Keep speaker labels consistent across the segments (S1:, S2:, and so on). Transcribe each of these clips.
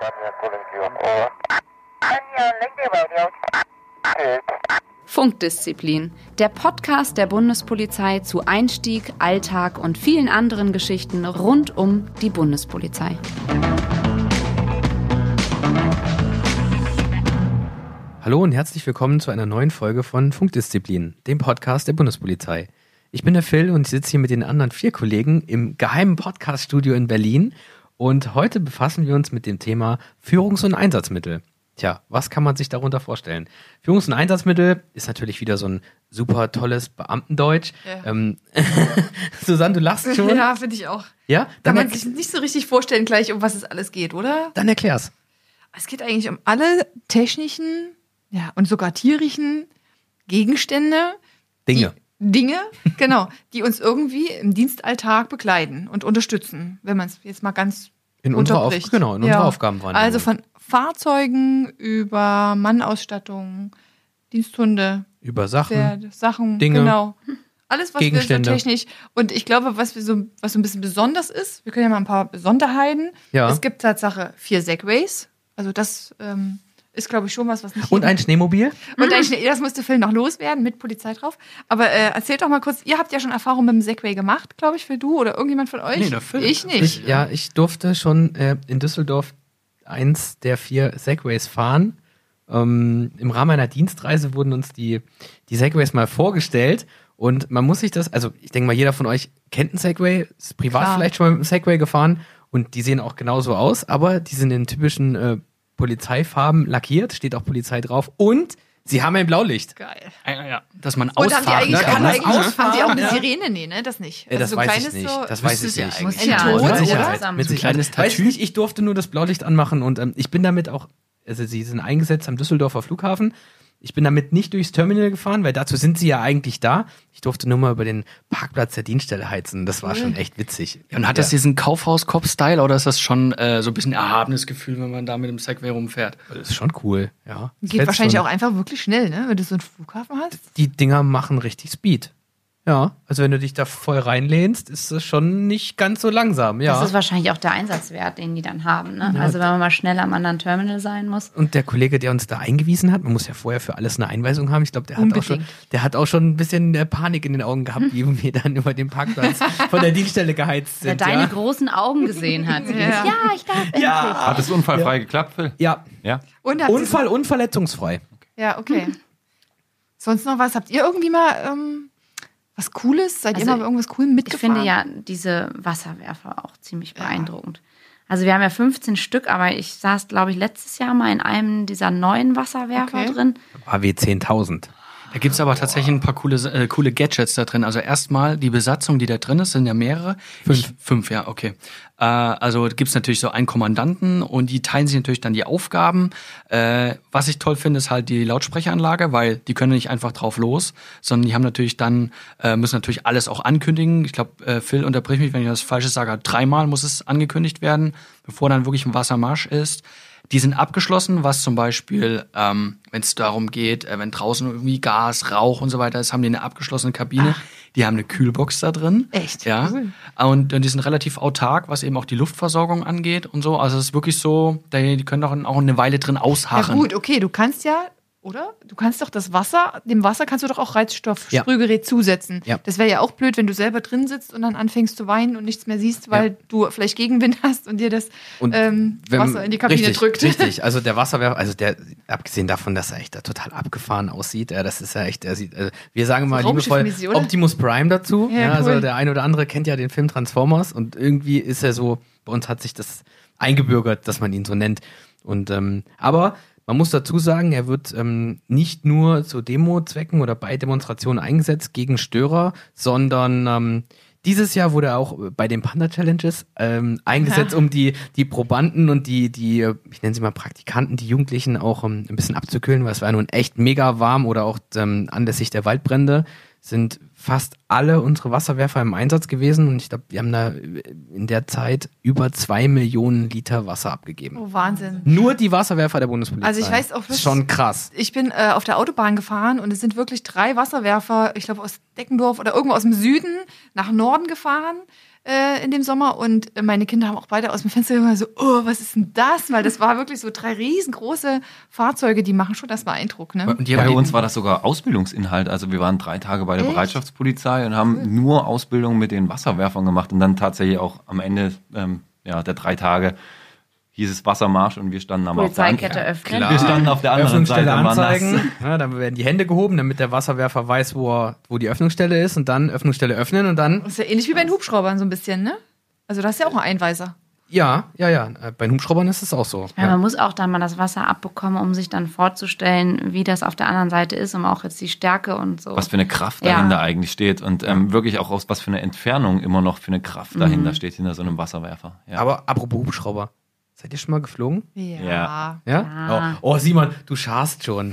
S1: Sonia calling you. Over. Sonia, leg dir bei dir. Tschüss.
S2: Funkdisziplin, der Podcast der Bundespolizei zu Einstieg, Alltag und vielen anderen Geschichten rund um die Bundespolizei.
S3: Hallo und herzlich willkommen zu einer neuen Folge von Funkdisziplin, dem Podcast der Bundespolizei. Ich bin der Phil und ich sitze hier mit den anderen vier Kollegen im geheimen Podcaststudio in Berlin und heute befassen wir uns mit dem Thema Führungs- und Einsatzmittel. Tja, was kann man sich darunter vorstellen? Führungs- und Einsatzmittel ist natürlich wieder so ein super tolles Beamtendeutsch.
S4: Ja.
S3: Ähm, Susanne, du lachst schon. Ja,
S4: Ja, finde ich auch. Kann
S3: dann,
S4: man
S3: erk-
S4: sich nicht so richtig vorstellen gleich, um was es alles geht, oder?
S3: dann erklär's.
S4: Es geht eigentlich um alle technischen ja, und sogar tierischen Gegenstände.
S3: Dinge.
S4: Die, Dinge, genau, die uns irgendwie im Dienstalltag begleiten und unterstützen, wenn man es jetzt mal ganz
S3: In unserer Auf-
S4: unterbricht.
S3: genau, in unserer Aufgabenwahrnehmung.
S4: Also von Fahrzeugen über Mannausstattung, Diensthunde,
S3: Über Sachen.
S4: Pferde, Sachen,
S3: Dinge.
S4: genau. Alles, was wir so
S3: Gegenstände.
S4: technisch und ich glaube, was wir so, was so ein bisschen besonders ist, wir können ja mal ein paar Besonderheiten.
S3: Ja.
S4: Es gibt Tatsache vier Segways. Also das ähm, ist, glaube ich, schon was, was nicht.
S3: Und ein Schneemobil.
S4: und ein Schnee- das musste Phil noch loswerden mit Polizei drauf. Aber äh, erzählt doch mal kurz, ihr habt ja schon Erfahrung mit dem Segway gemacht, glaube ich, für du oder irgendjemand von euch.
S5: Nee, der Phil.
S4: Ich nicht.
S3: Ich, ja, ich durfte schon äh, in Düsseldorf eins der vier Segways fahren. Ähm, Im Rahmen einer Dienstreise wurden uns die, die Segways mal vorgestellt. Und man muss sich das, also ich denke mal, jeder von euch kennt einen Segway, ist privat
S4: Klar.
S3: vielleicht schon mal mit einem Segway gefahren und die sehen auch genauso aus, aber die sind in typischen äh, Polizeifarben lackiert, steht auch Polizei drauf und sie haben ein Blaulicht.
S4: Geil.
S5: Ah, Ja, ja, dass man
S4: Und haben die
S5: ausfahren
S4: eigentlich,
S3: ne? Kann
S4: auch,
S3: man
S4: eigentlich haben die auch eine
S5: ja.
S4: Sirene? Nee, ne? Das nicht.
S3: Äh, das
S4: so
S3: weiß
S4: kleines
S3: ich nicht.
S4: So,
S3: das weiß ich
S5: Müsste ja
S3: nicht.
S5: eigentlich
S4: Ja,
S5: ein Tod
S4: mit
S3: Mit
S5: oder?
S3: Sicherheit.
S5: So ein
S3: ne? Mit Sicherheit.
S5: kleines
S3: Weiß ich
S5: Tatü.
S3: nicht, ich durfte nur das Blaulicht anmachen und ähm, ich bin damit auch, also sie sind eingesetzt am Düsseldorfer Flughafen. Ich bin damit nicht durchs Terminal gefahren, weil dazu sind sie ja eigentlich da. Ich durfte nur mal über den Parkplatz der Dienststelle heizen. Das war schon echt witzig.
S5: Und hat das diesen Kaufhaus-Cop-Style oder ist das schon äh, so ein bisschen erhabenes Gefühl, wenn man da mit dem Segway rumfährt?
S3: Das ist schon cool, ja. Das
S4: Geht
S3: fällt
S4: wahrscheinlich
S3: schon.
S4: auch einfach wirklich schnell, ne? Wenn du so einen Flughafen hast.
S3: Die Dinger machen richtig Speed. Ja, also wenn du dich da voll reinlehnst, ist das schon nicht ganz so langsam, ja.
S2: Das ist wahrscheinlich auch der Einsatzwert, den die dann haben. Ne? Also wenn man mal schnell am anderen Terminal sein muss.
S3: Und der Kollege, der uns da eingewiesen hat, man muss ja vorher für alles eine Einweisung haben. Ich glaube, der hat auch schon, der hat auch schon ein bisschen äh, Panik in den Augen gehabt, wie wir dann über den Parkplatz von der Dienststelle geheizt
S2: Wer
S3: sind.
S2: deine
S3: Ja.
S2: großen Augen gesehen hat. ja. ja, ich darf.
S6: Hat es unfallfrei geklappt, Phil?
S3: ja.
S6: Ja.
S4: Und hat
S3: Unfall unverletzungsfrei.
S4: Ja, okay. Sonst noch was? Habt ihr irgendwie mal ähm, was Cooles? Seid
S2: Also,
S4: ihr mal bei irgendwas Cooles
S2: Ich
S4: mitgefahren?
S2: finde ja diese Wasserwerfer auch ziemlich beeindruckend. Also wir haben ja 15 Stück, aber ich saß, glaube ich, letztes Jahr mal in einem dieser neuen Wasserwerfer
S4: Okay.
S2: drin.
S3: AW 10.000.
S5: Da gibt's aber tatsächlich ein paar coole, äh, coole Gadgets da drin. Also erstmal die Besatzung, die da drin ist, sind ja mehrere. Fünf. Ich, fünf, ja, okay. Äh, also gibt's natürlich so einen Kommandanten und die teilen sich natürlich dann die Aufgaben. Äh, was ich toll finde, ist halt die Lautsprecheranlage, weil die können nicht einfach drauf los, sondern die haben natürlich dann, äh, müssen natürlich alles auch ankündigen. Ich glaube, äh, Phil unterbricht mich, wenn ich das Falsche sage. Dreimal muss es angekündigt werden, bevor dann wirklich ein Wassermarsch ist. Die sind abgeschlossen, was zum Beispiel, ähm, wenn es darum geht, äh, wenn draußen irgendwie Gas, Rauch und so weiter ist, haben die eine abgeschlossene Kabine. Die haben eine Kühlbox da drin.
S4: Ah. Echt?
S5: Ja.
S4: Cool.
S5: Und, und die sind relativ autark, was eben auch die Luftversorgung angeht und so. Also es ist wirklich so, die, die können auch, auch eine Weile drin
S4: Ja
S5: ausharren.
S4: gut, okay, du kannst ja, oder? Du kannst doch das Wasser, dem Wasser kannst du doch auch
S3: Ja.
S4: Reizstoffsprühgerät zusetzen.
S3: Ja.
S4: Das wäre ja auch blöd, wenn du selber drin sitzt und dann anfängst zu weinen und nichts mehr siehst, weil du vielleicht Gegenwind hast und dir das
S3: Und
S4: ähm,
S3: wenn-
S4: Wasser in die Kabine
S3: richtig,
S4: drückt.
S3: Richtig, also der Wasserwerfer, also der, abgesehen davon, dass er echt da total abgefahren aussieht, ja, das ist ja echt, er sieht, also wir sagen mal
S4: Raumschiff
S3: liebevoll
S4: Mission.
S3: Optimus Prime dazu. Ja,
S4: Ja,
S3: Also
S4: cool.
S3: der ein oder andere kennt ja den Film Transformers und irgendwie ist er so, bei uns hat sich das eingebürgert, dass man ihn so nennt. Und ähm, aber man muss dazu sagen, er wird ähm, nicht nur zu Demo-Zwecken oder bei Demonstrationen eingesetzt gegen Störer, sondern ähm, dieses Jahr wurde er auch bei den Panda-Challenges ähm, eingesetzt, um die, die Probanden und die, die, äh, ich nenne sie mal Praktikanten, die Jugendlichen auch ähm, ein bisschen abzukühlen, weil es war nun echt mega warm oder auch ähm, anlässlich der Waldbrände sind fast alle unsere Wasserwerfer im Einsatz gewesen und ich glaube, wir haben da in der Zeit über zwei Millionen Liter Wasser abgegeben.
S4: Oh, Wahnsinn.
S3: Nur die Wasserwerfer der Bundespolizei.
S4: Also ich weiß auch
S3: Das ist schon krass.
S4: ich bin äh, auf der Autobahn gefahren und es sind wirklich drei Wasserwerfer, ich glaube aus Deckendorf oder irgendwo aus dem Süden nach Norden gefahren. Äh, äh, in dem Sommer und äh, meine Kinder haben auch beide aus dem Fenster immer so, oh, was ist denn das? Weil das war wirklich so drei riesengroße Fahrzeuge, die machen schon erstmal Eindruck. Ne?
S5: Und die haben
S6: Bei
S5: die-
S6: uns war das sogar Ausbildungsinhalt. Also wir waren drei Tage bei der
S4: Echt?
S6: Bereitschaftspolizei und haben nur Ausbildung mit den Wasserwerfern gemacht und dann tatsächlich auch am Ende ähm, ja, der drei Tage hieß es Wassermarsch und wir standen aber auf der
S2: Polizeikette
S6: anderen-
S2: öffnen.
S6: Wir standen auf der anderen
S3: Öffnungsstelle
S6: Seite und waren nass.
S3: anzeigen, ja, dann werden die Hände gehoben, damit der Wasserwerfer weiß, wo, er, wo die Öffnungsstelle ist und dann Öffnungsstelle öffnen und dann,
S4: Das ist ja ähnlich wie bei den Hubschraubern so ein bisschen, ne? Also da ist ja auch ein Einweiser.
S3: ja, ja, ja, äh, bei den Hubschraubern ist es auch so.
S2: Ja, man muss auch da mal das Wasser abbekommen, um sich dann vorzustellen, wie das auf der anderen Seite ist, um auch jetzt die Stärke und so.
S6: Was für eine Kraft
S2: Ja.
S6: dahinter eigentlich steht und ähm, wirklich auch aus was für eine Entfernung immer noch für eine
S4: Mhm.
S6: Kraft dahinter steht, hinter so einem Wasserwerfer. Ja.
S3: Aber apropos Hubschrauber, seid ihr schon mal geflogen?
S6: Ja.
S3: Ja? Oh, oh, Simon, du scharst schon.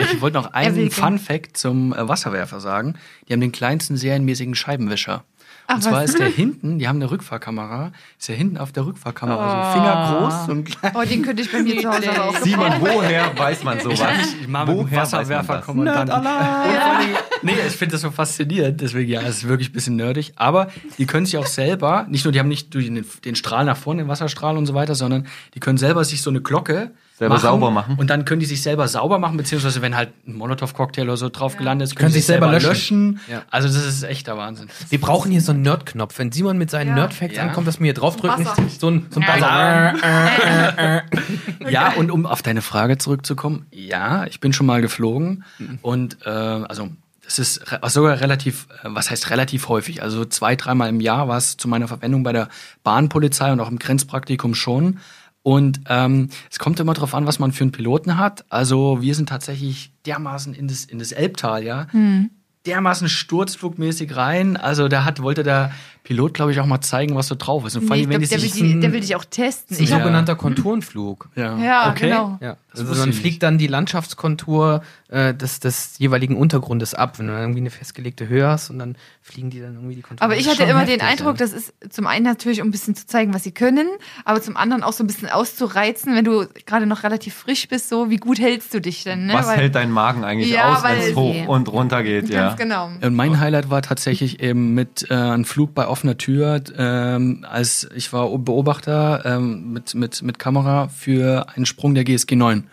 S5: Ich wollte noch
S4: Er will gerne.
S5: einen Fun-Fact zum äh, Wasserwerfer sagen. Die haben den kleinsten serienmäßigen Scheibenwischer.
S4: Ach,
S5: und zwar
S4: was?
S5: ist der hinten, die haben eine Rückfahrkamera, ist der hinten auf der Rückfahrkamera so fingergroß, so ein kleiner.
S4: Oh, den könnte ich bei mir zu Hause aber auch
S6: Simon, woher weiß man sowas?
S5: Ich mag mit dem
S6: Woher weiß man
S5: Wasserwerfer
S6: das?
S5: kommen und dann. Und vor allem- Nee, ich finde das so faszinierend. Deswegen, ja, es ist wirklich ein bisschen nerdig. Aber die können sich auch selber, nicht nur, die haben nicht durch den, den Strahl nach vorne, den Wasserstrahl und so weiter, sondern die können selber sich so eine Glocke
S6: Selber sauber machen.
S5: Und dann können die sich selber sauber machen, beziehungsweise wenn halt ein Molotow-Cocktail oder so drauf gelandet ist,
S3: Können sich selber löschen.
S5: löschen. Also, das ist echt der Wahnsinn.
S3: Wir brauchen hier so einen Nerd-Knopf. Wenn Simon mit seinen
S4: Ja.
S3: Nerd-Facts
S5: Ja.
S3: ankommt, dass wir hier draufdrücken,
S4: Wasser.
S3: so ein, so ein
S4: Also,
S3: Buzzer.
S4: äh,
S5: Ja, und um auf deine Frage zurückzukommen, ja, ich bin schon mal geflogen
S4: Mhm.
S5: und äh, also es ist re- sogar relativ, äh, was heißt relativ häufig, also so zwei, dreimal im Jahr war es zu meiner Verwendung bei der Bahnpolizei und auch im Grenzpraktikum schon. Und ähm, es kommt immer darauf an, was man für einen Piloten hat. Also wir sind tatsächlich dermaßen in das, in das Elbtal, ja,
S4: Mhm.
S5: dermaßen sturzflugmäßig rein. Also da hat, wollte der Pilot, glaube ich, auch mal zeigen, was so drauf ist. Und vor
S4: Nee,
S5: allem,
S4: ich
S5: wenn
S4: glaub,
S5: die
S4: der, will
S5: sich...
S4: die, der will dich auch testen.
S3: Ein
S4: Ich,
S3: sogenannter Konturenflug.
S5: Ja,
S4: ja, genau.
S3: Ja,
S5: Das
S3: also
S5: wusste
S3: man
S5: ich
S3: fliegt
S5: nicht.
S3: dann die Landschaftskontur äh, des, des jeweiligen Untergrundes ab, wenn du dann irgendwie eine festgelegte Höhe hast und dann fliegen die dann irgendwie die Kontur.
S4: aber ich
S3: Das ist schon
S4: hatte immer den
S3: heftig,
S4: Eindruck, das ist zum einen natürlich, um ein bisschen zu zeigen, was sie können, aber zum anderen auch so ein bisschen auszureizen, wenn du gerade noch relativ frisch bist, so wie gut hältst du dich denn? Ne?
S6: Was
S4: Weil-
S6: hält dein Magen eigentlich
S4: Ja,
S6: aus, wenn
S4: weil-
S6: es hoch und runter geht? Ja.
S4: Ganz genau.
S5: Und mein Highlight war tatsächlich eben mit äh, einem Flug bei offener Tür, ähm, als ich war Beobachter ähm, mit, mit, mit Kamera für einen Sprung der GSG 9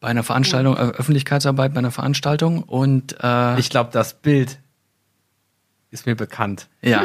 S5: bei einer Veranstaltung,
S4: Oh.
S5: äh, Öffentlichkeitsarbeit bei einer Veranstaltung und
S3: ja.
S5: äh,
S3: Ich glaube, das Bild ist mir bekannt.
S5: ja.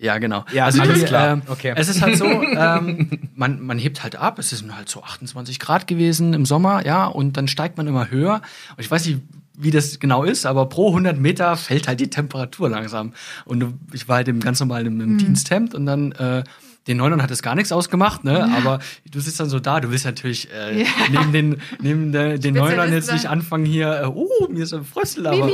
S5: Ja, genau.
S3: Ja, alles
S5: die,
S3: klar.
S5: ähm,
S3: Okay.
S5: Es ist halt so, ähm, man, man hebt halt ab, es sind halt so 28 Grad gewesen im Sommer, ja, und dann steigt man immer höher. Und ich weiß nicht, wie das genau ist, aber pro 100 Meter fällt halt die Temperatur langsam. Und du- ich war halt im ganz normalen im, im Diensthemd und dann äh, den Neunern hat es gar nichts ausgemacht, ne? Aber du sitzt dann so da, du willst natürlich äh, neben den neben der, den Neunern jetzt
S4: da.
S5: nicht anfangen hier, äh, oh, mir ist ein Fröstel, aber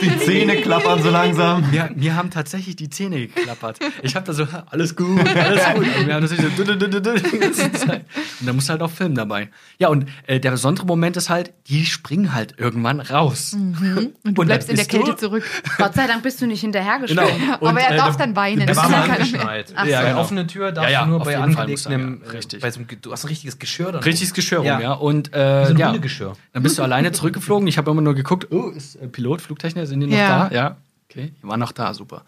S6: Die Zähne klappern so langsam.
S5: mir, mir haben tatsächlich die Zähne geklappert. Ich habe da so, alles gut, alles gut. Und wir haben natürlich so, dü- dü- dü- dü- die ganze Zeit. Und da musst du halt auch filmen dabei. Ja, und äh, der besondere Moment ist halt, die springen halt irgendwann raus.
S4: Mhm. Und du
S5: Und
S4: bleibst
S5: dann
S4: in der
S5: bist du-
S4: Kälte zurück.
S2: Gott sei Dank bist du nicht hinterhergeschwommen.
S5: Genau. Und,
S4: aber er
S5: äh,
S4: darf
S5: da-
S4: dann weinen.
S3: Der
S4: Das
S3: war
S4: ist
S3: mal
S4: ja keine-
S3: angeschnallt.
S2: Ach
S5: Ja,
S3: bei
S5: genau.
S3: offene Tür darfst
S5: Ja, ja,
S3: du nur
S5: auf
S3: bei
S5: jeden Fall muss
S3: angelegtem.
S5: er, ja, richtig.
S3: äh, Bei so einem, Ge- du hast ein richtiges Geschirr dann.
S5: Richtiges Geschirr rum,
S3: Ja.
S5: ja. Und äh,
S3: So ein
S5: ja.
S3: Hundegeschirr.
S5: dann bist du alleine zurückgeflogen. Ich habe immer nur geguckt, oh, ist äh, Pilot, Flugtechniker, sind die noch
S4: Ja.
S5: da? Ja. Okay, die waren noch da, super.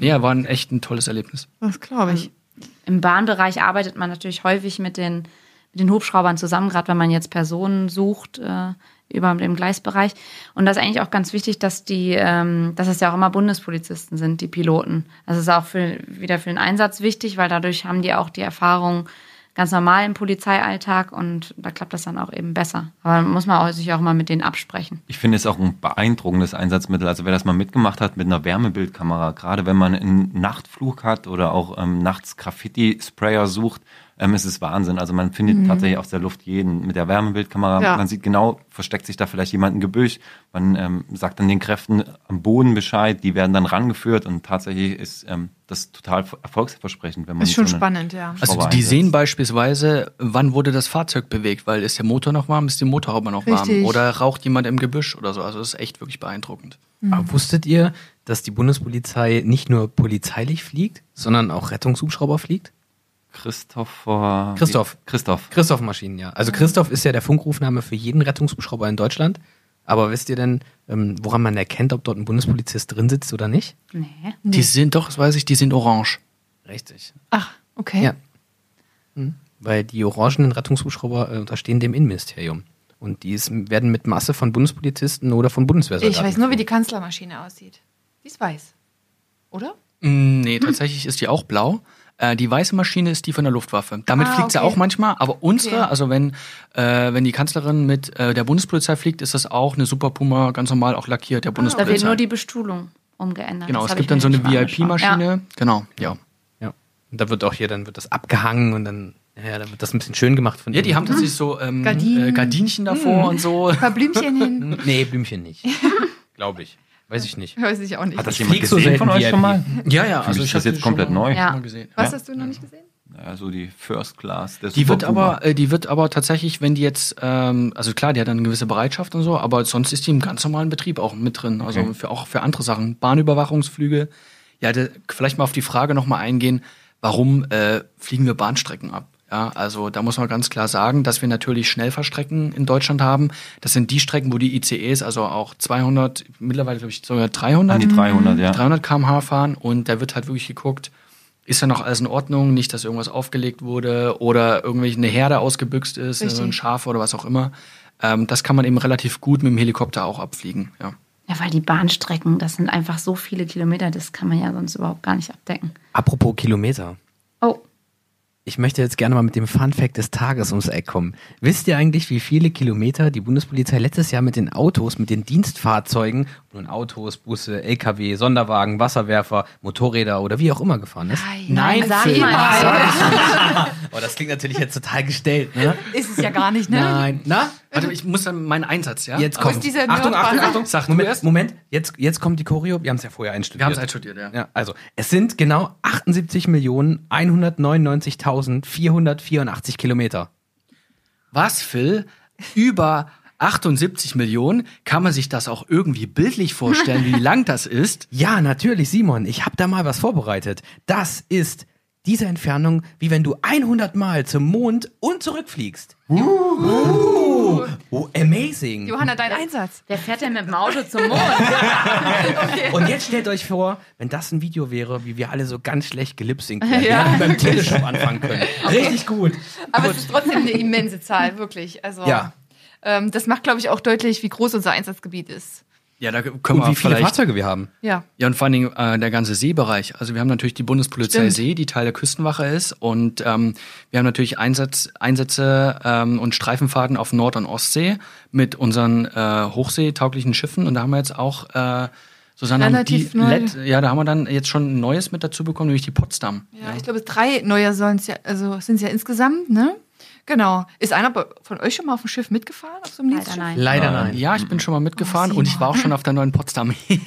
S5: ja, war ein echt ein tolles Erlebnis.
S4: Das glaube ich.
S2: Im Bahnbereich arbeitet man natürlich häufig mit den, mit den Hubschraubern zusammen, gerade wenn man jetzt Personen sucht äh, über dem Gleisbereich. Und das ist eigentlich auch ganz wichtig, dass die, ähm, dass es ja auch immer Bundespolizisten sind, die Piloten. Das ist auch für, wieder für den Einsatz wichtig, weil dadurch haben die auch die Erfahrung ganz normal im Polizeialltag und da klappt das dann auch eben besser. Aber muss man auch, sich auch mal mit denen absprechen.
S6: Ich finde es auch ein beeindruckendes Einsatzmittel. Also wer das mal mitgemacht hat mit einer Wärmebildkamera, gerade wenn man einen Nachtflug hat oder auch ähm, nachts Graffiti-Sprayer sucht, ähm, es ist Wahnsinn. Also man findet tatsächlich aus der Luft jeden mit der Wärmebildkamera.
S4: Ja.
S6: Man sieht genau, versteckt sich da vielleicht jemand im Gebüsch. Man ähm, sagt dann den Kräften am Boden Bescheid. Die werden dann rangeführt und tatsächlich ist ähm, das total erfolgsversprechend, wenn man
S4: Ist schon
S6: so eine-
S4: spannend, ja.
S5: Also die, die
S6: Vorbeisetzt.
S5: sehen beispielsweise, wann wurde das Fahrzeug bewegt, weil ist der Motor noch warm, ist die Motorhaube noch
S4: Richtig.
S5: warm oder raucht jemand im Gebüsch oder so. Also das ist echt wirklich beeindruckend.
S4: Mhm.
S3: Aber wusstet ihr, dass die Bundespolizei nicht nur polizeilich fliegt, sondern auch Rettungshubschrauber fliegt?
S6: Christopher.
S3: Christoph.
S6: Christoph.
S3: Christoph-Maschinen, ja. Also Christoph ist ja der Funkrufname für jeden Rettungshubschrauber in Deutschland. Aber wisst ihr denn, ähm, woran man erkennt, ob dort ein Bundespolizist drin sitzt oder nicht?
S2: Nee.
S5: Die sind doch, das weiß ich, die sind orange.
S3: Richtig.
S4: Ach, okay.
S3: Ja. Mhm. Weil die orangenen Rettungshubschrauber äh, unterstehen dem Innenministerium. Und die ist, werden mit Masse von Bundespolizisten oder von Bundeswehrsoldaten.
S4: Ich weiß nur, wie die Kanzlermaschine aussieht. Die ist weiß. Oder?
S5: Mm, Nee, tatsächlich ist die auch blau. Äh, die weiße Maschine ist die von der Luftwaffe. Damit
S4: Ah,
S5: fliegt sie
S4: okay.
S5: auch manchmal, aber unsere,
S4: Okay.
S5: also wenn, äh, wenn die Kanzlerin mit äh, der Bundespolizei fliegt, ist das auch eine Super Puma, ganz normal auch lackiert, der
S2: Ah, Da
S5: Bundespolizei.
S2: wird nur die Bestuhlung umgeändert.
S5: genau,
S2: Das
S5: es
S2: hab ich
S5: gibt dann
S2: mir
S5: so eine
S2: schon mal angeschaut.
S5: VIP-Maschine.
S2: Ja.
S5: Genau, ja.
S3: Ja. Und da wird auch hier, dann wird das abgehangen und dann, ja, ja, dann wird das ein bisschen schön gemacht von
S5: Ja, die
S3: innen.
S5: haben
S2: Mhm.
S5: tatsächlich so ähm,
S4: Gardinen.
S5: Äh, Gardinchen davor und so.
S4: Ein paar Blümchen hin.
S3: Nee, Blümchen nicht. Glaube ich. Weiß ich nicht.
S4: Weiß ich auch nicht.
S6: Hat Ah, das
S3: Ich
S6: jemand
S3: flieg so
S6: gesehen
S3: selten
S6: von euch
S3: VIP.
S6: schon mal?
S5: Ja, ja,
S6: mich ist das
S5: Also hab
S6: jetzt
S5: die
S6: komplett
S5: schon mal,
S6: neu.
S5: schon
S2: Ja.
S5: Mal gesehen.
S4: Was
S5: ja.
S4: hast du noch nicht gesehen?
S6: Ja, so die First Class. Der
S5: Die wird
S6: Super Puma.
S5: aber, äh, die wird aber tatsächlich, wenn die jetzt, ähm, also klar, die hat eine gewisse Bereitschaft und so, aber sonst ist die im ganz normalen Betrieb auch mit drin. Also
S6: Okay.
S5: für, auch für andere Sachen, Bahnüberwachungsflüge. Ja, da, vielleicht mal auf die Frage nochmal eingehen, warum äh, fliegen wir Bahnstrecken ab? Ja, also da muss man ganz klar sagen, dass wir natürlich Schnellfahrstrecken in Deutschland haben. Das sind die Strecken, wo die ICEs, also auch 200, mittlerweile glaube ich sogar 300,
S6: An die 300, ja.
S5: 300 km/h fahren und da wird halt wirklich geguckt, ist da noch alles in Ordnung, nicht, dass irgendwas aufgelegt wurde oder irgendwie eine Herde ausgebüxt ist,
S4: Richtig.
S5: also ein Schaf oder was auch immer. Ähm, das kann man eben relativ gut mit dem Helikopter auch abfliegen. Ja.
S2: ja, weil die Bahnstrecken, das sind einfach so viele Kilometer, das kann man ja sonst überhaupt gar nicht abdecken.
S3: Apropos Kilometer.
S2: Oh,
S3: Ich möchte jetzt gerne mal mit dem Fun Fact des Tages ums Eck kommen. Wisst ihr eigentlich, wie viele Kilometer die Bundespolizei letztes Jahr mit den Autos, mit den Dienstfahrzeugen, ob nun Autos, Busse, LKW, Sonderwagen, Wasserwerfer, Motorräder oder wie auch immer gefahren ist?
S5: Nein,
S2: sag
S5: Phil.
S2: mal.
S3: Oh, das klingt natürlich jetzt total gestellt, ne?
S4: Ist es ja gar nicht, ne?
S3: Nein. Na?
S5: Warte, ich muss dann meinen Einsatz, ja? Ah,
S3: Jetzt kommt.
S4: dieser
S3: Achtung,
S4: Nerd-
S3: Achtung, Achtung.
S5: Sag du
S3: Moment,
S5: erst.
S3: Moment. Jetzt, jetzt kommt die Choreo. Wir haben es ja vorher einstudiert.
S5: Wir haben es halt studiert, ja.
S3: Ja, also es sind genau 78.199.484 Kilometer.
S5: Was, Phil? Über 78 Millionen? Kann man sich das auch irgendwie bildlich vorstellen, wie lang das ist?
S3: Ja, natürlich, Simon. Ich habe da mal was vorbereitet. Das ist diese Entfernung, wie wenn du 100 Mal zum Mond und zurückfliegst. Uh. Oh, amazing.
S4: Johanna, dein Einsatz.
S2: der fährt ja mit dem Auto zum Mond.
S3: Und jetzt stellt euch vor, wenn das ein Video wäre, wie wir alle so ganz schlecht gelipsynkt werden.
S4: Ja.
S3: Wir hätten beim Teleshop anfangen können. Richtig gut.
S4: Aber es ist trotzdem eine immense Zahl, wirklich. Also,
S3: Ja.
S4: ähm, das macht, glaube ich, auch deutlich, wie groß unser Einsatzgebiet ist.
S5: Ja, da können
S3: Und wie viele Fahrzeuge wir haben.
S4: Ja.
S5: Ja, und vor allen Dingen äh, der ganze Seebereich. Also wir haben natürlich die Bundespolizei
S4: Stimmt.
S5: See, die Teil der Küstenwache ist. Und ähm, wir haben natürlich Einsatz, Einsätze ähm, und Streifenfahrten auf Nord- und Ostsee mit unseren äh, hochseetauglichen Schiffen. Und da haben wir jetzt auch, äh, Susanne,
S4: Relativ
S5: die
S4: neu.
S5: Let- ja, da haben wir dann jetzt schon ein neues mit dazu bekommen, nämlich die Potsdam.
S4: Ja, ich glaube, drei neue sollen ja, also sind es ja insgesamt, ne? Genau. Ist einer bei- von euch schon mal auf dem Schiff mitgefahren? Auf so einem
S2: Leider
S4: Dienstschiff?
S2: nein.
S3: Leider
S6: Nein.
S5: Ähm, Ja, ich bin schon
S4: Oh,
S5: mal mitgefahren und ich war auch schon auf der neuen Potsdam.
S2: Ist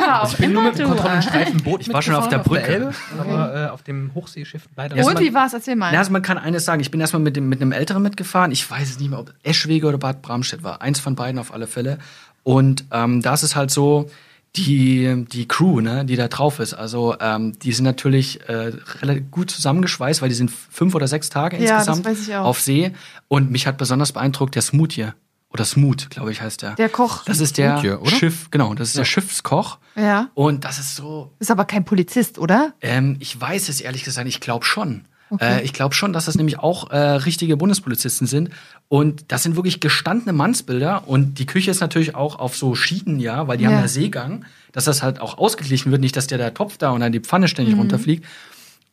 S2: aber auch
S3: bin nur
S2: immer
S3: mit einem
S2: du.
S3: kontrollierten Streifenboot.
S5: Ich war schon auf der Brücke.
S3: aber äh, auf dem Hochseeschiff leider
S4: Und wie war es? Erzähl mal.
S5: Na, also man kann eines sagen, ich bin erstmal mit, dem, mit einem Älteren mitgefahren. Ich weiß es nicht mehr, ob Eschwege oder Bad Bramstedt war. Eins von beiden auf alle Fälle. Und ähm, das ist halt so, die, die Crew, ne, die da drauf ist, also ähm, die sind natürlich äh, relativ gut zusammengeschweißt, weil die sind fünf oder sechs Tage
S4: Ja, das
S5: insgesamt
S4: weiß ich auch.
S5: auf See. Und mich hat besonders beeindruckt der Smoot hier. Oder Smoot, glaube ich, heißt der.
S4: Der Koch.
S5: Das ist der
S3: Smoot hier, oder?
S5: Schiff, genau, das ist der Schiffskoch.
S4: Ja.
S5: Und das ist so,
S4: Ist aber kein Polizist, oder?
S5: ähm, ich weiß es ehrlich gesagt, ich glaube schon. Äh, ich glaube schon, dass das nämlich auch äh, richtige Bundespolizisten sind. Und das sind wirklich gestandene Mannsbilder. Und die Küche ist natürlich auch auf so Schienen, ja, weil die haben
S4: Ja.
S5: ja Seegang, dass das halt auch ausgeglichen wird, nicht, dass der der Topf da und dann die Pfanne ständig runterfliegt.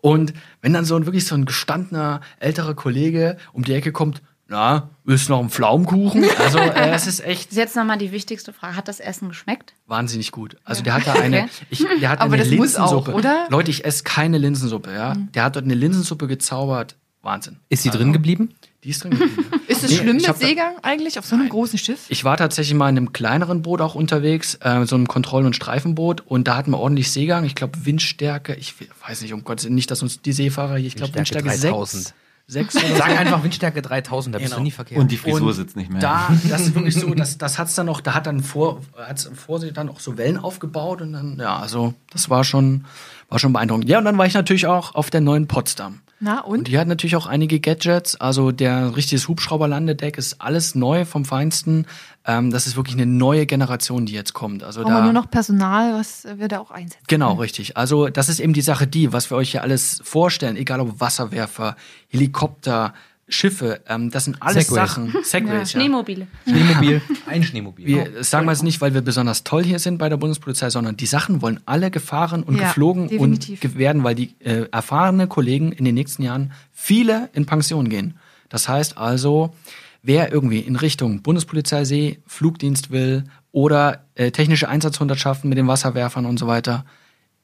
S5: Und wenn dann so ein wirklich so ein gestandener älterer Kollege um die Ecke kommt, na, willst du noch einen Pflaumenkuchen? Also äh, es ist echt
S2: Das ist jetzt nochmal die wichtigste Frage. Hat das Essen geschmeckt?
S5: wahnsinnig gut. Also der hat da eine, ich, der hat
S4: Aber
S5: eine
S4: das muss auch,
S5: Linsensuppe.
S4: oder? Mhm.
S5: Leute, ich esse keine Linsensuppe, ja. Der hat dort eine Linsensuppe gezaubert. Wahnsinn. Also,
S3: Ist sie drin geblieben?
S5: Die ist drin. geblieben.
S4: Ist es
S5: Nee,
S4: schlimm
S5: ich
S4: mit
S5: hab da-
S4: Seegang eigentlich auf so einem großen Schiff?
S5: Ich war tatsächlich mal in einem kleineren Boot auch unterwegs, äh, so einem Kontroll- und Streifenboot und da hatten wir ordentlich Seegang. Ich glaube Windstärke, ich weiß nicht, um Gottes Willen, nicht, dass uns die Seefahrer hier, ich glaube
S3: Windstärke
S5: Windstärke,
S3: 3000.
S5: 6. 6 oder so.
S3: Sag einfach Windstärke 3000, da bist du nie verkehrt.
S6: Und die Frisur
S5: Genau. Und
S6: sitzt nicht mehr.
S5: Da, das ist wirklich so, das, das hat's dann noch, da hat dann vor, hat's im Vorsee dann auch so Wellen aufgebaut und dann, ja, also das war schon, war schon beeindruckend. Ja, und dann war ich natürlich auch auf der neuen Potsdam.
S4: Na und?
S5: Und die hat natürlich auch einige Gadgets. Also der richtiges Hubschrauberlandedeck ist alles neu vom Feinsten. Ähm, das ist wirklich eine neue Generation, die jetzt kommt. Also
S4: Brauchen
S5: da
S4: wir nur noch Personal, was wir da auch einsetzen.
S5: Genau, richtig. Also das ist eben die Sache, die, was wir euch hier alles vorstellen, egal ob Wasserwerfer, Helikopter, Schiffe, ähm, das sind alles
S3: Segways.
S5: Sachen. Segways, ja.
S2: Schneemobile.
S3: Schneemobil, ein Schneemobil.
S4: Oh,
S5: Wir äh, sagen wir es nicht, weil wir besonders toll hier sind bei der Bundespolizei, sondern die Sachen wollen alle gefahren und
S4: Ja,
S5: geflogen
S4: definitiv.
S5: und ge- werden, weil die äh, erfahrene Kollegen in den nächsten Jahren viele in Pension gehen. Das heißt also, wer irgendwie in Richtung Bundespolizei See, Flugdienst will oder äh, technische Einsatzhundertschaften mit den Wasserwerfern und so weiter,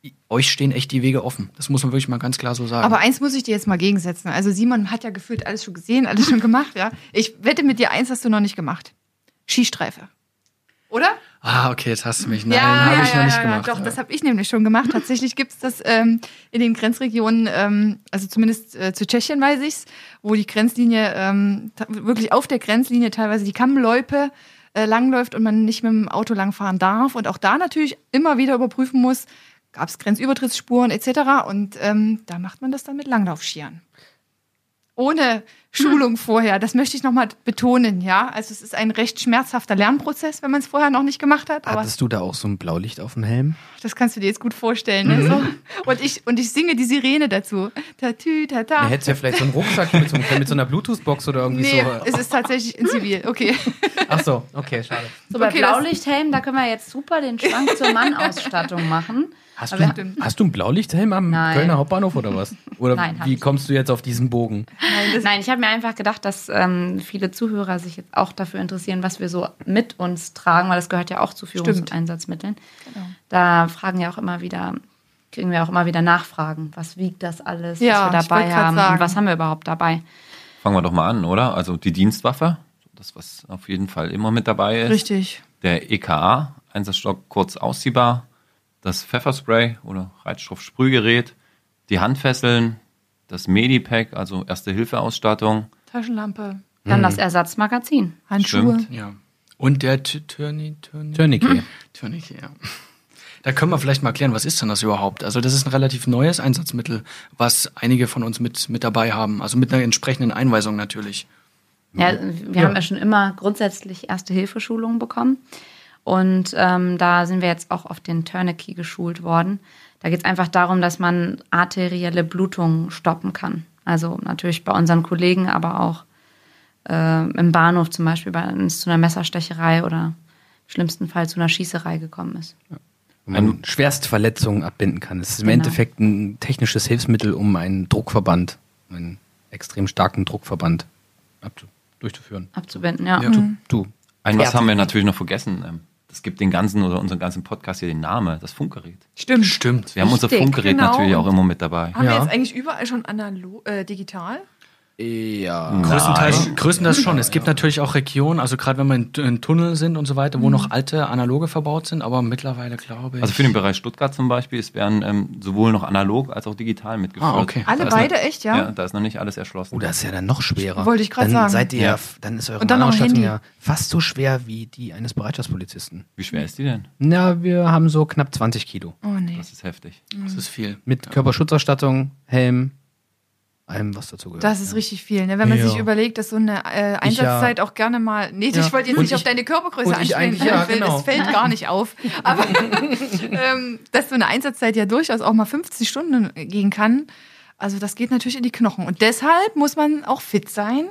S5: i- euch stehen echt die Wege offen. Das muss man wirklich mal ganz klar so sagen.
S4: Aber eins muss ich dir jetzt mal gegensetzen. Also Simon hat ja gefühlt alles schon gesehen, alles schon gemacht, ja. Ich wette mit dir, eins hast du noch nicht gemacht. Skistreife. Oder?
S5: ah, okay, jetzt hast du mich. Nein, habe ich noch nicht gemacht.
S4: Doch, das habe ich nämlich schon gemacht. Tatsächlich gibt es das ähm, in den Grenzregionen, ähm, also zumindest äh, zu Tschechien weiß ich's, wo die Grenzlinie ähm, ta- wirklich auf der Grenzlinie teilweise die Kammläupe äh, langläuft und man nicht mit dem Auto langfahren darf und auch da natürlich immer wieder überprüfen muss, gab es Grenzübertrittsspuren etc. Und ähm, da macht man das dann mit Langlaufskiern. Ohne Schulung vorher, das möchte ich nochmal betonen, ja. Also es ist ein recht schmerzhafter Lernprozess, wenn man es vorher noch nicht gemacht hat. Aber
S3: Hattest du da auch so ein Blaulicht auf dem Helm?
S4: das kannst du dir jetzt gut vorstellen.
S3: Mhm.
S4: Ne? So. Und, ich, und ich singe die Sirene dazu. Tatü, tata.
S3: Dann hättest du ja vielleicht so einen Rucksack mit so, einem- mit so einer Bluetooth-Box oder irgendwie
S4: Ah. nee,
S3: so.
S4: es ist tatsächlich in Zivil. Okay.
S3: Ach so, okay, schade.
S2: So bei
S4: Okay, das-
S2: Blaulichthelm, da können wir jetzt super den Schwank zur Mannausstattung machen.
S3: Hast
S2: Aber-
S3: du, hast du einen Blaulichthelm am
S2: Nein.
S3: Kölner Hauptbahnhof oder was? Oder
S2: Nein, hab
S3: wie
S2: ich
S3: kommst du jetzt auf diesen Bogen?
S2: Nein, ich habe mir einfach gedacht, dass ähm, viele Zuhörer sich jetzt auch dafür interessieren, was wir so mit uns tragen, weil das gehört ja auch zu Führungs- und
S4: Stimmt. Genau.
S2: Einsatzmitteln. Da fragen ja auch immer wieder, kriegen wir auch immer wieder Nachfragen, was wiegt das alles,
S4: Ja,
S2: was
S4: ich
S2: wir dabei
S4: wollt grad
S2: haben und
S4: sagen.
S2: was haben wir überhaupt dabei.
S6: Fangen wir doch mal an, oder? Also die Dienstwaffe, das was auf jeden Fall immer mit dabei ist.
S4: Richtig.
S6: Der EKA, Einsatzstock kurz ausziehbar, das Pfefferspray oder Reizstoffsprühgerät, die Handfesseln, das Medipack, also Erste-Hilfe-Ausstattung.
S4: Taschenlampe,
S2: Dann
S3: Hm.
S2: das Ersatzmagazin.
S4: Handschuhe.
S6: Stimmt.
S5: ja. Und der T- Turni, Turni,
S4: Hm.
S3: Tourniquet.
S5: Tonic, ja. Da können wir vielleicht mal erklären, was ist denn das überhaupt? Also das ist ein relativ neues Einsatzmittel, was einige von uns mit, mit dabei haben. Also mit einer entsprechenden Einweisung natürlich.
S2: Ja, wir haben ja schon immer grundsätzlich Erste-Hilfe-Schulungen bekommen. Und ähm, da sind wir jetzt auch auf den Tourniquet geschult worden. Da geht es einfach darum, dass man arterielle Blutungen stoppen kann. Also natürlich bei unseren Kollegen, aber auch äh, im Bahnhof zum Beispiel, bei uns zu einer Messerstecherei oder im schlimmsten Fall zu einer Schießerei gekommen ist.
S3: Wo man Schwerstverletzungen abbinden kann. Es ist im
S2: Genau.
S3: Endeffekt ein technisches Hilfsmittel, um einen Druckverband, einen extrem starken Druckverband abzu durchzuführen.
S2: Abzubinden, ja.
S5: Ja.
S3: Du, du.
S6: Ein was
S3: Fertig.
S6: haben wir natürlich noch vergessen. ähm, Das gibt den ganzen oder unseren ganzen Podcast hier den Namen, das Funkgerät.
S4: Stimmt.
S5: Stimmt.
S6: Wir haben unser
S2: Richtig,
S6: Funkgerät
S4: genau.
S6: natürlich auch immer mit dabei.
S4: Haben
S3: Ja.
S4: wir jetzt eigentlich überall schon analog, äh, digital?
S3: Ja.
S5: Größtenteils, größtenteils schon. Es gibt natürlich auch Regionen, also gerade wenn wir in, in Tunnel sind und so weiter, wo noch alte Analoge verbaut sind, aber mittlerweile glaube ich.
S6: Mhm. Also für den Bereich Stuttgart zum Beispiel, es werden ähm, sowohl noch analog als auch digital mitgeführt.
S5: Ah, okay.
S4: Alle
S6: Da ist
S4: beide,
S6: noch,
S4: echt, ja?
S6: Da ist noch nicht alles erschlossen.
S3: Oh, das ist ja dann noch schwerer.
S4: Wollte ich grad
S3: Dann
S4: sagen.
S3: Seid ihr,
S6: Ja.
S3: ja. Dann ist eure
S4: Und dann noch ein
S3: Ausstattung
S4: Handy.
S3: ja fast so schwer wie die eines Bereitschaftspolizisten.
S6: Wie schwer ist die denn?
S3: Na, wir haben so knapp 20 Kilo.
S4: Oh nee.
S6: Das ist heftig.
S5: Das ist viel.
S3: Mit Körperschutzausstattung, Helm, allem, was dazu gehört.
S4: Das ist richtig viel, ne? wenn man
S3: Ja.
S4: sich überlegt, dass so eine äh, Einsatzzeit auch gerne mal. Nee, ich wollte jetzt
S3: Und
S4: nicht auf
S3: ich-
S4: deine Körpergröße
S3: und ich
S4: anspielen.
S3: eigentlich- ja,
S4: weil
S3: genau.
S4: Das fällt gar nicht auf. Aber ähm, dass so eine Einsatzzeit ja durchaus auch mal 50 Stunden gehen kann, also das geht natürlich in die Knochen. Und deshalb muss man auch fit sein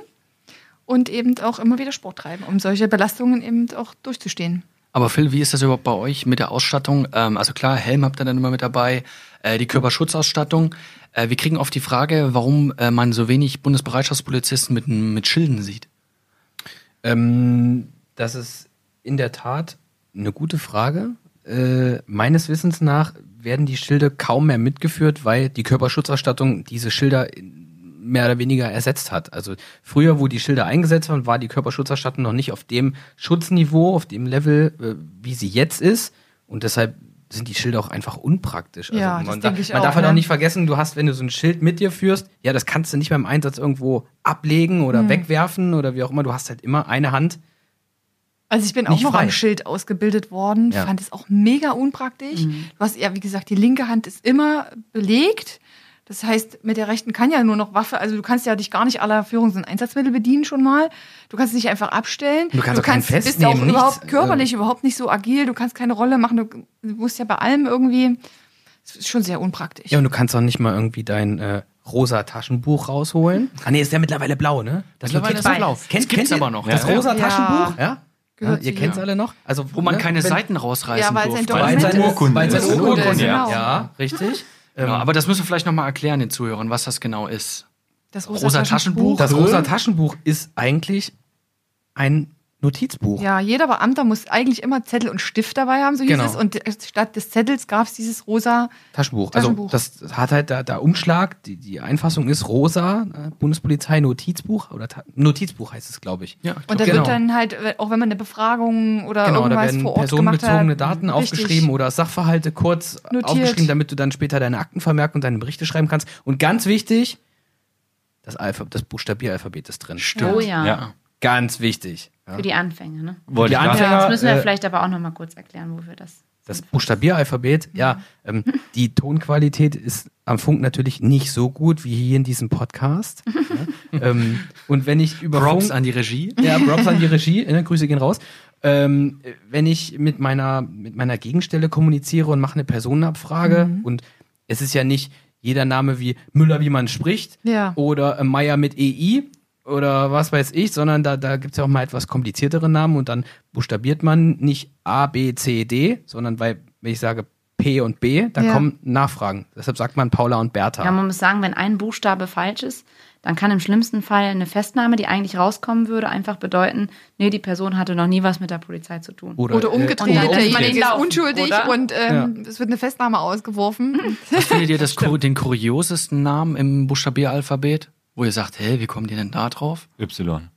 S4: und eben auch immer wieder Sport treiben, um solche Belastungen eben auch durchzustehen.
S5: Aber Phil, wie ist das überhaupt bei euch mit der Ausstattung? Ähm, also klar, Helm habt ihr dann immer mit dabei, äh, die Körperschutzausstattung. Äh, wir kriegen oft die Frage, warum äh, man so wenig Bundesbereitschaftspolizisten mit, mit Schilden sieht.
S3: Ähm, das ist in der Tat eine gute Frage. Äh, meines Wissens nach werden die Schilder kaum mehr mitgeführt, weil die Körperschutzausstattung diese Schilder in- mehr oder weniger ersetzt hat. Also früher, wo die Schilder eingesetzt waren, war die Körperschutzausstattung noch nicht auf dem Schutzniveau, auf dem Level, äh, wie sie jetzt ist. Und deshalb sind die Schilder auch einfach unpraktisch. Also
S4: Ja,
S3: man,
S4: das
S3: da-
S4: denke ich
S3: man
S4: auch,
S3: darf halt
S4: ne?
S3: auch nicht vergessen, du hast, wenn du so ein Schild mit dir führst, ja, das kannst du nicht beim Einsatz irgendwo ablegen oder wegwerfen oder wie auch immer. Du hast halt immer eine Hand.
S4: Also ich bin
S3: Nicht
S4: auch noch
S3: frei.
S4: am Schild ausgebildet worden,
S3: Ja. Mhm.
S4: fand es auch mega unpraktisch. Du hast ja, wie gesagt, die linke Hand ist immer belegt. Das heißt, mit der rechten kann ja nur noch Waffe, also du kannst ja dich gar nicht aller Führungs- und Einsatzmittel bedienen schon mal. Du kannst dich nicht einfach abstellen.
S3: Du kannst auch keinen
S4: bist
S3: festnehmen,
S4: auch
S3: nichts. Äh.
S4: überhaupt körperlich überhaupt nicht so agil. Du kannst keine Rolle machen. Du musst ja bei allem irgendwie. Das ist schon sehr unpraktisch.
S3: Ja, und du kannst doch nicht mal irgendwie dein äh, rosa Taschenbuch rausholen. Ah nee, ist ja mittlerweile blau, ne? Das
S5: Mittlerweile
S3: notiert-
S5: ist er blau.
S3: Kennt,
S5: das gibt's
S3: kennt ihr
S5: aber noch.
S3: Das
S5: ja.
S3: rosa
S4: Ja.
S3: Taschenbuch, ja? ja
S4: Gehört
S3: ihr
S4: zu-
S3: kennt es alle noch? Also,
S5: Wo man
S3: ne,
S5: keine
S3: wenn-
S5: Seiten
S4: Ja,
S5: rausreißen
S4: weil es ein
S5: durfte.
S4: Dokument
S3: Weil es eine Urkunde ist.
S4: ist.
S6: Weil es eine
S4: Urkunde
S3: Urkunde,
S4: ist,
S3: ja.
S4: genau.
S3: ja, richtig.
S5: Genau, aber das müssen wir vielleicht nochmal erklären den Zuhörern, was das genau ist.
S4: Das
S5: Rosa Taschenbuch.
S3: Das
S5: Cool.
S3: rosa Taschenbuch ist eigentlich ein Notizbuch.
S4: Ja, jeder Beamter muss eigentlich immer Zettel und Stift dabei haben, so hieß
S3: Genau.
S4: es. Und statt des Zettels gab es dieses rosa.
S3: Taschenbuch.
S4: Taschenbuch.
S3: Also das hat halt da, der Umschlag, die, die Einfassung ist rosa, äh, Bundespolizei Notizbuch oder Ta Notizbuch heißt es, glaube ich.
S5: Ja, ich glaub,
S4: Und da
S3: Genau.
S4: wird dann halt, äh, auch wenn man eine Befragung oder
S3: Genau, da
S4: irgendwas
S3: werden
S4: vor Ort gemacht hat.
S3: personenbezogene Daten
S4: richtig.
S3: aufgeschrieben oder Sachverhalte kurz äh,
S4: Notiert.
S3: aufgeschrieben, damit du dann später deine Akten vermerken und deine Berichte schreiben kannst. Und ganz wichtig, das, Alpha das Buchstabieralphabet ist drin.
S5: Stimmt.
S2: Oh ja.
S6: Ja.
S3: Ganz wichtig. Ja.
S2: Für die Anfänger, ne?
S6: Wollte
S3: Die
S6: ich gerade
S3: Anfänger-
S6: sagen.
S2: Ja, das müssen wir
S3: äh,
S2: vielleicht aber auch nochmal kurz erklären, wofür das.
S3: Das Buchstabieralphabet, ja, ähm, die Tonqualität ist am Funk natürlich nicht so gut wie hier in diesem Podcast. ja. ähm, und wenn ich über
S5: Props
S3: Funk,
S5: an die Regie.
S3: Ja, Props an die Regie. Ne? Grüße gehen raus. Ähm, äh, wenn ich mit meiner, mit meiner Gegenstelle kommuniziere und mache eine Personenabfrage und es ist ja nicht jeder Name wie Müller, wie man spricht
S4: Ja.
S3: oder äh, Meier mit EI oder was weiß ich, sondern da, da gibt es ja auch mal etwas kompliziertere Namen und dann buchstabiert man nicht A, B, C, D, sondern weil, wenn ich sage P und B, dann
S4: Ja.
S3: kommen Nachfragen. Deshalb sagt man Paula und Bertha.
S2: Ja, man muss sagen, wenn ein Buchstabe falsch ist, dann kann im schlimmsten Fall eine Festnahme, die eigentlich rauskommen würde, einfach bedeuten, nee, die Person hatte noch nie was mit der Polizei zu tun.
S4: Oder
S3: äh,
S4: umgedreht,
S2: oder umgedreht.
S4: derjenige ist
S2: Laufen,
S4: unschuldig
S2: oder?
S4: und ähm, es wird eine Festnahme ausgeworfen.
S5: Findet ihr das kur den kuriosesten Namen im Buchstabieralphabet? Wo ihr sagt, hä, wie kommen die denn da drauf?
S6: Y.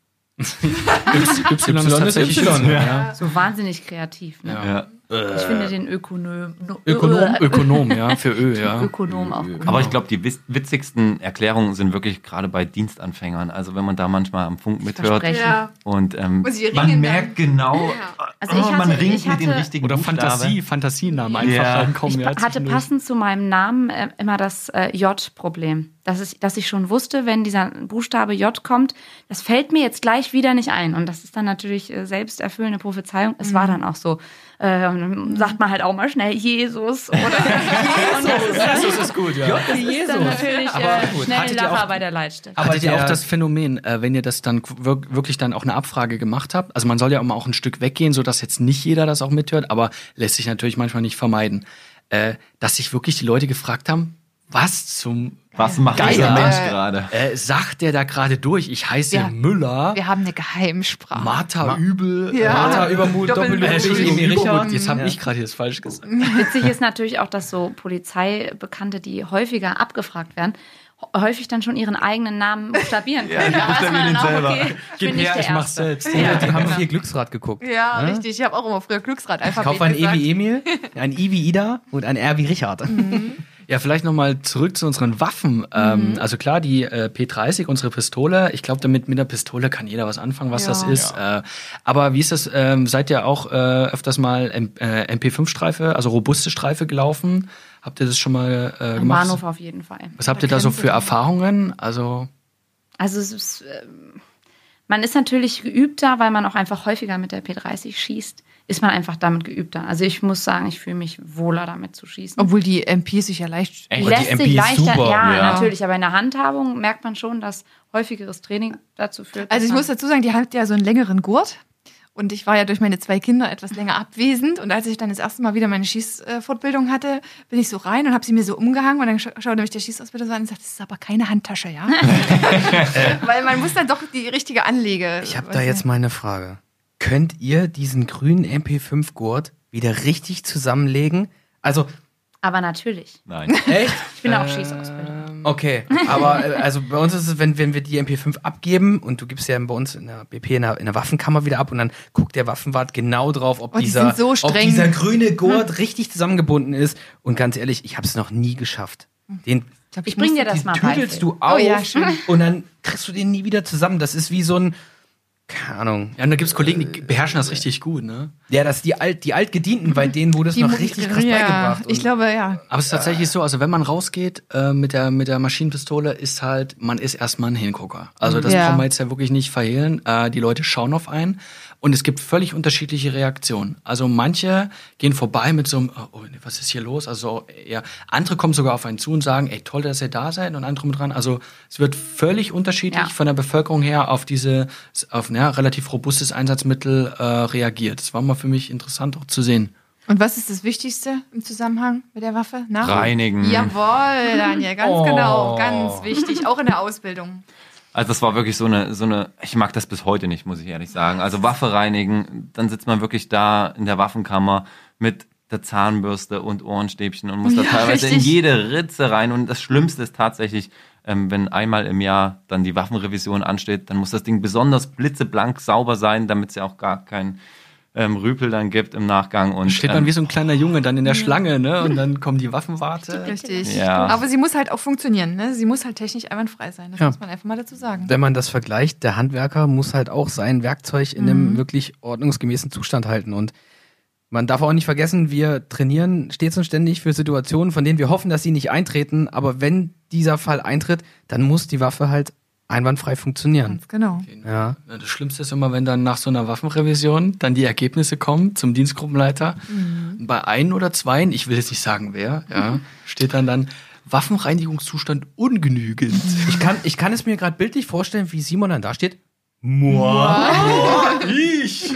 S5: Y, ist
S3: Y ist
S5: tatsächlich-
S3: Y,
S5: Ja.
S2: So wahnsinnig kreativ. Ne?
S6: Ja.
S2: Ich finde den Ökonom, no,
S5: Ökonom,
S2: Ö-
S5: Ökonom, ja, für Ö, ja.
S2: Ökonom auch
S5: Genau.
S2: gut.
S6: Aber ich glaube, die wis- witzigsten Erklärungen sind wirklich gerade bei Dienstanfängern. Also wenn man da manchmal am Funk mithört
S2: Versprechen. Ja.
S6: und ähm,
S4: Und sie ringen
S6: man
S4: dann.
S6: merkt genau,
S2: Also ich
S6: oh, man
S2: hatte-
S6: ringt
S2: ich
S6: mit den
S2: hatte-
S6: richtigen
S5: Oder
S6: Buchstaben.
S5: Fantasie, Fantasienamen einfach
S6: Ja.
S5: reinkommen.
S3: Um
S2: Ich
S5: ja,
S2: hatte
S5: zwischendurch.
S2: passend zu meinem Namen äh, immer das äh, J-Problem. Das ist, dass ich schon wusste, wenn dieser Buchstabe J kommt, das fällt mir jetzt gleich wieder nicht ein. Und das ist dann natürlich äh, selbsterfüllende Prophezeiung. Es
S3: Mhm.
S2: war dann auch so. Äh, und dann sagt man halt auch mal schnell Jesus oder
S5: Jesus ist gut, ja.
S2: ist dann natürlich äh, schnell ein
S3: Hattet ihr
S2: Lacher
S3: auch-
S2: bei der Leitstelle.
S5: Aber Hattet ihr
S3: der-
S5: auch das Phänomen, äh, wenn ihr das dann qu- wirk- wirklich dann auch eine Abfrage gemacht habt? Also man soll ja immer auch ein Stück weggehen, sodass jetzt nicht jeder das auch mithört, aber lässt sich natürlich manchmal nicht vermeiden, äh, dass sich wirklich die Leute gefragt haben, was zum
S6: Was macht
S5: Geiler.
S6: dieser Mensch
S4: Äh,
S6: gerade?
S5: äh, sagt der da gerade durch? Ich heiße
S4: Ja.
S5: Müller,
S4: Wir haben eine Geheimsprache.
S5: Martha Übel,
S4: Ja.
S5: Martha Übel.
S3: Übermut,
S4: Doppel-
S3: Doppelmut,
S5: Äh, Entschuldigung,
S3: Emil Richard.
S5: Übermut. Jetzt habe ich gerade hier das falsch gesagt.
S2: Witzig ist natürlich auch, dass so Polizeibekannte, die häufiger abgefragt werden, häufig dann schon ihren eigenen Namen buchstabieren können.
S6: die
S2: Da weiß
S6: buchstabieren
S2: man
S6: den
S2: dann auch,
S6: selber.
S2: okay, ich bin nicht der Erste.
S3: Ja, die haben viel Glücksrad geguckt.
S4: Ja,
S3: Ne?
S4: richtig. Ich habe auch immer früher Glücksrad
S3: Ich Mhm,
S4: einfach
S3: kaufe ein E wie Emil, ein I wie Ida und ein R wie Richard.
S5: Ja, vielleicht nochmal zurück zu unseren Waffen. Ähm,
S2: Mhm.
S5: also klar, die äh, P30, unsere Pistole. Ich glaube, damit mit der Pistole kann jeder was anfangen, was
S4: Ja.
S5: das ist. Äh, aber wie ist das? Ähm, seid ihr auch äh, öfters mal M äh, MP5-Streife, also robuste Streife gelaufen? Habt ihr das schon mal äh,
S2: Am
S5: gemacht?
S2: Bahnhof auf jeden Fall.
S5: Was habt ihr da so für Erfahrungen? Also
S2: Also es ist, ähm, man ist natürlich geübter, weil man auch einfach häufiger mit der P30 schießt, ist man einfach damit geübter. Also ich muss sagen, ich fühle mich wohler damit zu schießen.
S4: Obwohl die MP sich ja leicht.
S2: Die
S3: die MP ist super,
S2: ja, genau.
S6: ja.
S2: natürlich, aber in der Handhabung merkt man schon, dass häufigeres Training dazu führt.
S4: Also
S2: dass
S4: ich
S2: man-
S4: muss dazu sagen, die hat ja so einen längeren Gurt. Und ich war ja durch meine zwei Kinder etwas länger abwesend. Und als ich dann das erste Mal wieder meine Schießfortbildung hatte, bin ich so rein und habe sie mir so umgehangen. Und dann scha schaute mich der Schießausbilder so an und sagt, das ist aber keine Handtasche, ja? Weil man muss dann doch die richtige Anlege.
S3: Ich habe da jetzt mal eine Frage. Könnt ihr diesen grünen MP5-Gurt wieder richtig zusammenlegen? Also,
S2: aber natürlich.
S6: Nein.
S3: echt?
S2: Ich bin auch Schießausbilder.
S3: Okay, aber äh, also bei uns ist es, wenn, wenn wir die MP5 abgeben und du gibst ja bei uns in der BP in der, in der Waffenkammer wieder ab und dann guckt der Waffenwart genau drauf, ob,
S4: Oh, die
S3: dieser,
S4: sind so
S3: ob
S4: streng. Hm.
S3: dieser grüne Gurt richtig zusammengebunden ist. Und ganz ehrlich, ich habe es noch nie geschafft. Den
S4: glaub,
S2: Ich bring
S4: muss- Oh
S2: dir das
S3: den
S2: mal bei.
S3: tüdelst du auf
S4: ja, schön.
S3: und dann kriegst du den nie wieder zusammen. Das ist wie so ein, keine keine Ahnung.
S5: Ja, und da gibt's Kollegen,
S3: Äh,
S5: die beherrschen das richtig gut, ne?
S3: Ja, das die alt, die altgedienten, bei denen wurde es noch richtig krass
S4: ja,
S3: beigebracht.
S4: ich
S3: Und-
S4: glaube, ja.
S5: Aber es ist tatsächlich so, also wenn man rausgeht äh, mit, der, mit der Maschinenpistole, ist halt, man ist erstmal ein Hingucker. Also das
S4: Mhm. Ja.
S5: kann man jetzt ja wirklich nicht verhehlen. Äh, die Leute schauen auf einen und es gibt völlig unterschiedliche Reaktionen. Also manche gehen vorbei mit so einem, oh, oh, was ist hier los? Also ja, andere kommen sogar auf einen zu und sagen, ey, toll, dass ihr da seid und andere mit dran. Also es wird völlig unterschiedlich
S2: Ja.
S5: von der Bevölkerung her auf diese, auf ja, relativ robustes Einsatzmittel äh, reagiert. Das war mal für mich interessant auch zu sehen.
S4: Und was ist das Wichtigste im Zusammenhang mit der Waffe? Nach
S6: Reinigen.
S4: Jawohl, Daniel, ganz
S3: Oh.
S4: genau, ganz wichtig, auch in der Ausbildung.
S6: Also das war wirklich so eine, so eine, ich mag das bis heute nicht, muss ich ehrlich sagen. Also Waffe reinigen, dann sitzt man wirklich da in der Waffenkammer mit der Zahnbürste und Ohrenstäbchen und muss da
S4: Ja,
S6: teilweise in
S4: richtig.
S6: jede Ritze rein. Und das Schlimmste ist tatsächlich, ähm, wenn einmal im Jahr dann die Waffenrevision ansteht, dann muss das Ding besonders blitzeblank sauber sein, damit es ja auch gar keinen ähm, Rüpel dann gibt im Nachgang. Und
S5: Steht
S6: ähm,
S5: man wie so ein kleiner Junge dann in der Schlange, ne? Und dann kommen die Waffenwarte.
S4: Richtig.
S6: Ja.
S4: Aber sie muss halt auch funktionieren, ne? Sie muss halt technisch einwandfrei sein. Das muss man einfach mal dazu sagen.
S3: wenn man das vergleicht, der Handwerker muss halt auch sein Werkzeug in einem wirklich ordnungsgemäßen Zustand halten. Und man darf auch nicht vergessen, wir trainieren stets und ständig für Situationen, von denen wir hoffen, dass sie nicht eintreten. Aber wenn dieser Fall eintritt, dann muss die Waffe halt einwandfrei funktionieren.
S4: Ganz genau.
S3: Ja.
S5: Das Schlimmste ist immer, wenn dann nach so einer Waffenrevision dann die Ergebnisse kommen zum Dienstgruppenleiter. Bei ein oder zweien, ich will jetzt nicht sagen wer, ja, steht dann dann Waffenreinigungszustand ungenügend.
S3: Ich kann, ich kann es mir gerade bildlich vorstellen, wie Simon dann da steht. Moa.
S5: Ich!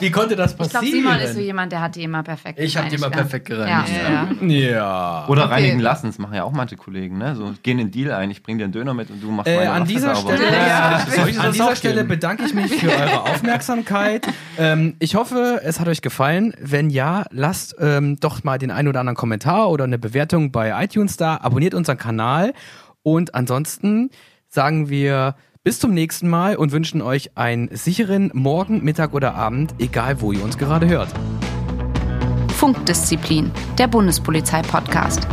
S3: Wie konnte das
S2: Ich glaube, Simon ist so jemand, der hat die immer perfekt
S5: Ich hab die immer
S2: gereinigt,
S5: perfekt
S2: ja.
S5: gereinigt.
S2: Ja.
S4: Ja.
S3: ja.
S6: oder
S4: Okay.
S6: reinigen lassen, das machen ja auch manche Kollegen, ne? So gehen in den Deal ein, ich bring dir einen Döner mit und du machst
S3: Äh,
S6: meine
S3: an
S6: Waffe
S3: dieser
S6: sauber.
S3: Stelle,
S5: Ja,
S3: Soll ich
S5: das
S3: an
S5: auch
S3: dieser
S5: geben?
S3: Stelle bedanke ich mich für eure Aufmerksamkeit. ähm, ich hoffe, es hat euch gefallen. Wenn ja, lasst ähm, doch mal den einen oder anderen Kommentar oder eine Bewertung bei iTunes da. Abonniert unseren Kanal. Und ansonsten sagen wir bis zum nächsten Mal und wünschen euch einen sicheren Morgen, Mittag oder Abend, egal wo ihr uns gerade hört.
S2: Funkdisziplin, der Bundespolizei-Podcast.